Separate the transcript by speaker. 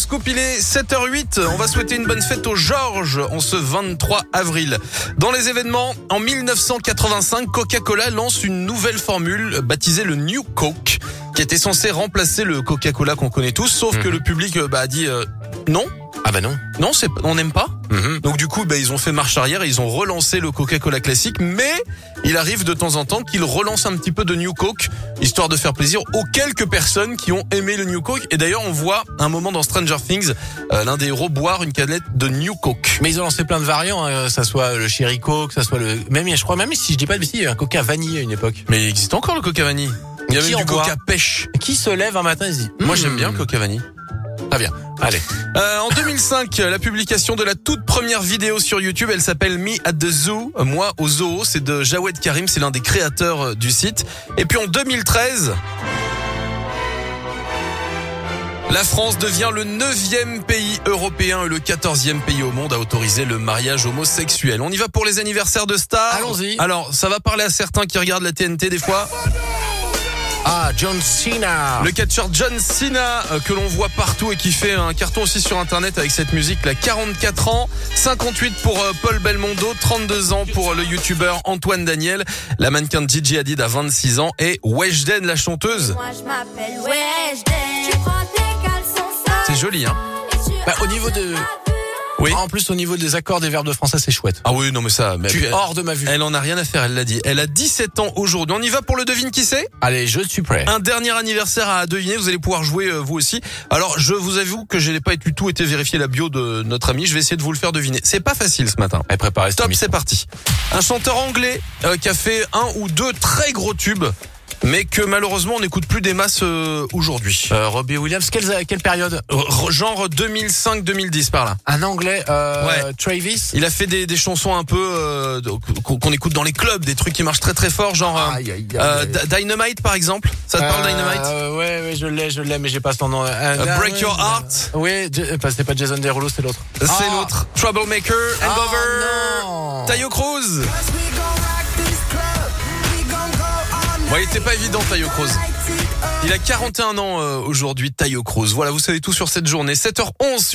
Speaker 1: scoop, il est 7h08. On va souhaiter une bonne fête aux Georges en ce 23 avril. Dans les événements, en 1985, Coca-Cola lance une nouvelle formule euh, baptisée le New Coke, qui était censée remplacer le Coca-Cola qu'on connaît tous, sauf que le public euh, bah, a dit euh, non,
Speaker 2: Ah bah non.
Speaker 1: non, c'est, on n'aime pas.
Speaker 2: Mhm.
Speaker 1: Donc du coup, bah, ils ont fait marche arrière, et ils ont relancé le Coca-Cola classique, mais il arrive de temps en temps qu'ils relancent un petit peu de New Coke, histoire de faire plaisir aux quelques personnes qui ont aimé le New Coke. Et d'ailleurs, on voit un moment dans Stranger Things, euh, l'un des héros boire une canette de New Coke.
Speaker 2: Mais ils ont lancé plein de variants, hein, que ça soit le Cherry Coke, que ça soit le même je crois même si je dis pas de bêtises, il y a un Coca vanille à une époque.
Speaker 1: Mais il existe encore le Coca Vanille. Il y a
Speaker 2: Qui
Speaker 1: même
Speaker 2: en
Speaker 1: du
Speaker 2: boit
Speaker 1: Coca Pêche.
Speaker 2: Qui se lève un matin et se dit
Speaker 1: Moi,
Speaker 2: hmm,
Speaker 1: j'aime bien le Coca Vanille.
Speaker 2: Très bien. Allez.
Speaker 1: Euh, en 2005, la publication de la toute première vidéo sur YouTube, elle s'appelle Me at the Zoo, euh, moi au zoo, c'est de Jawed Karim, c'est l'un des créateurs euh, du site. Et puis en 2013, la France devient le neuvième pays européen et le 14e pays au monde à autoriser le mariage homosexuel. On y va pour les anniversaires de stars.
Speaker 2: Allons-y.
Speaker 1: Alors, ça va parler à certains qui regardent la TNT des fois.
Speaker 2: Ah, John Cena.
Speaker 1: Le catcheur John Cena, euh, que l'on voit partout et qui fait un carton aussi sur Internet avec cette musique, là, 44 ans, 58 pour euh, Paul Belmondo, 32 ans pour euh, le youtubeur Antoine Daniel, la mannequin de Gigi Hadid à 26 ans et Weshden, la chanteuse.
Speaker 3: Moi je m'appelle Weshden. Tu prends tes caleçons sales.
Speaker 1: C'est joli, hein
Speaker 3: et tu
Speaker 2: Bah, au
Speaker 3: as
Speaker 2: niveau de-
Speaker 3: ma vue.
Speaker 1: Oui.
Speaker 2: En plus au niveau des accords des verbes de français, c'est chouette.
Speaker 1: Ah oui, non mais ça... Mais
Speaker 2: Tu es
Speaker 1: puis, euh,
Speaker 2: hors de ma vue.
Speaker 1: elle en a rien à faire, elle l'a dit. Elle a 17 ans aujourd'hui. On y va pour le devine qui c'est
Speaker 2: Allez, je suis prêt.
Speaker 1: Un dernier anniversaire à deviner, vous allez pouvoir jouer euh, vous aussi. Alors, je vous avoue que je n'ai pas du tout été vérifier la bio de notre ami, je vais essayer de vous le faire deviner. C'est pas facile ce matin.
Speaker 2: Allez, préparez cette
Speaker 1: Top,
Speaker 2: émission.
Speaker 1: c'est parti. Un chanteur anglais euh, qui a fait un ou deux très gros tubes, mais que malheureusement on n'écoute plus des masses euh, aujourd'hui.
Speaker 2: Euh, Robbie Williams, quelle, quelle période Euh,
Speaker 1: R- Genre 2005-2010 par là.
Speaker 2: Un anglais, euh,
Speaker 1: Ouais.
Speaker 2: Travis
Speaker 1: Il a fait des, des chansons un peu euh, de- qu'on qu'on écoute dans les clubs, des trucs qui marchent très très fort, genre euh,
Speaker 2: Aïe, aïe, aïe.
Speaker 1: euh, D- Dynamite par exemple. Ça te parle Dynamite
Speaker 2: Euh, Ouais, ouais, je l'ai, je l'ai, mais j'ai pas son nom. Euh,
Speaker 1: Euh,
Speaker 2: euh,
Speaker 1: Break Your
Speaker 2: euh,
Speaker 1: Heart.
Speaker 2: Oui, je- euh, pas- c'était pas Jason Derulo, c'est l'autre.
Speaker 1: C'est
Speaker 2: Ah.
Speaker 1: l'autre. Troublemaker,
Speaker 2: Ah,
Speaker 1: Hangover,
Speaker 2: non.
Speaker 1: Tayo Cruz. Bon, il était pas évident Tayo Cruz. Il a 41 ans euh, aujourd'hui, Tayo Cruz. Voilà, vous savez tout sur cette journée. 7h11 sur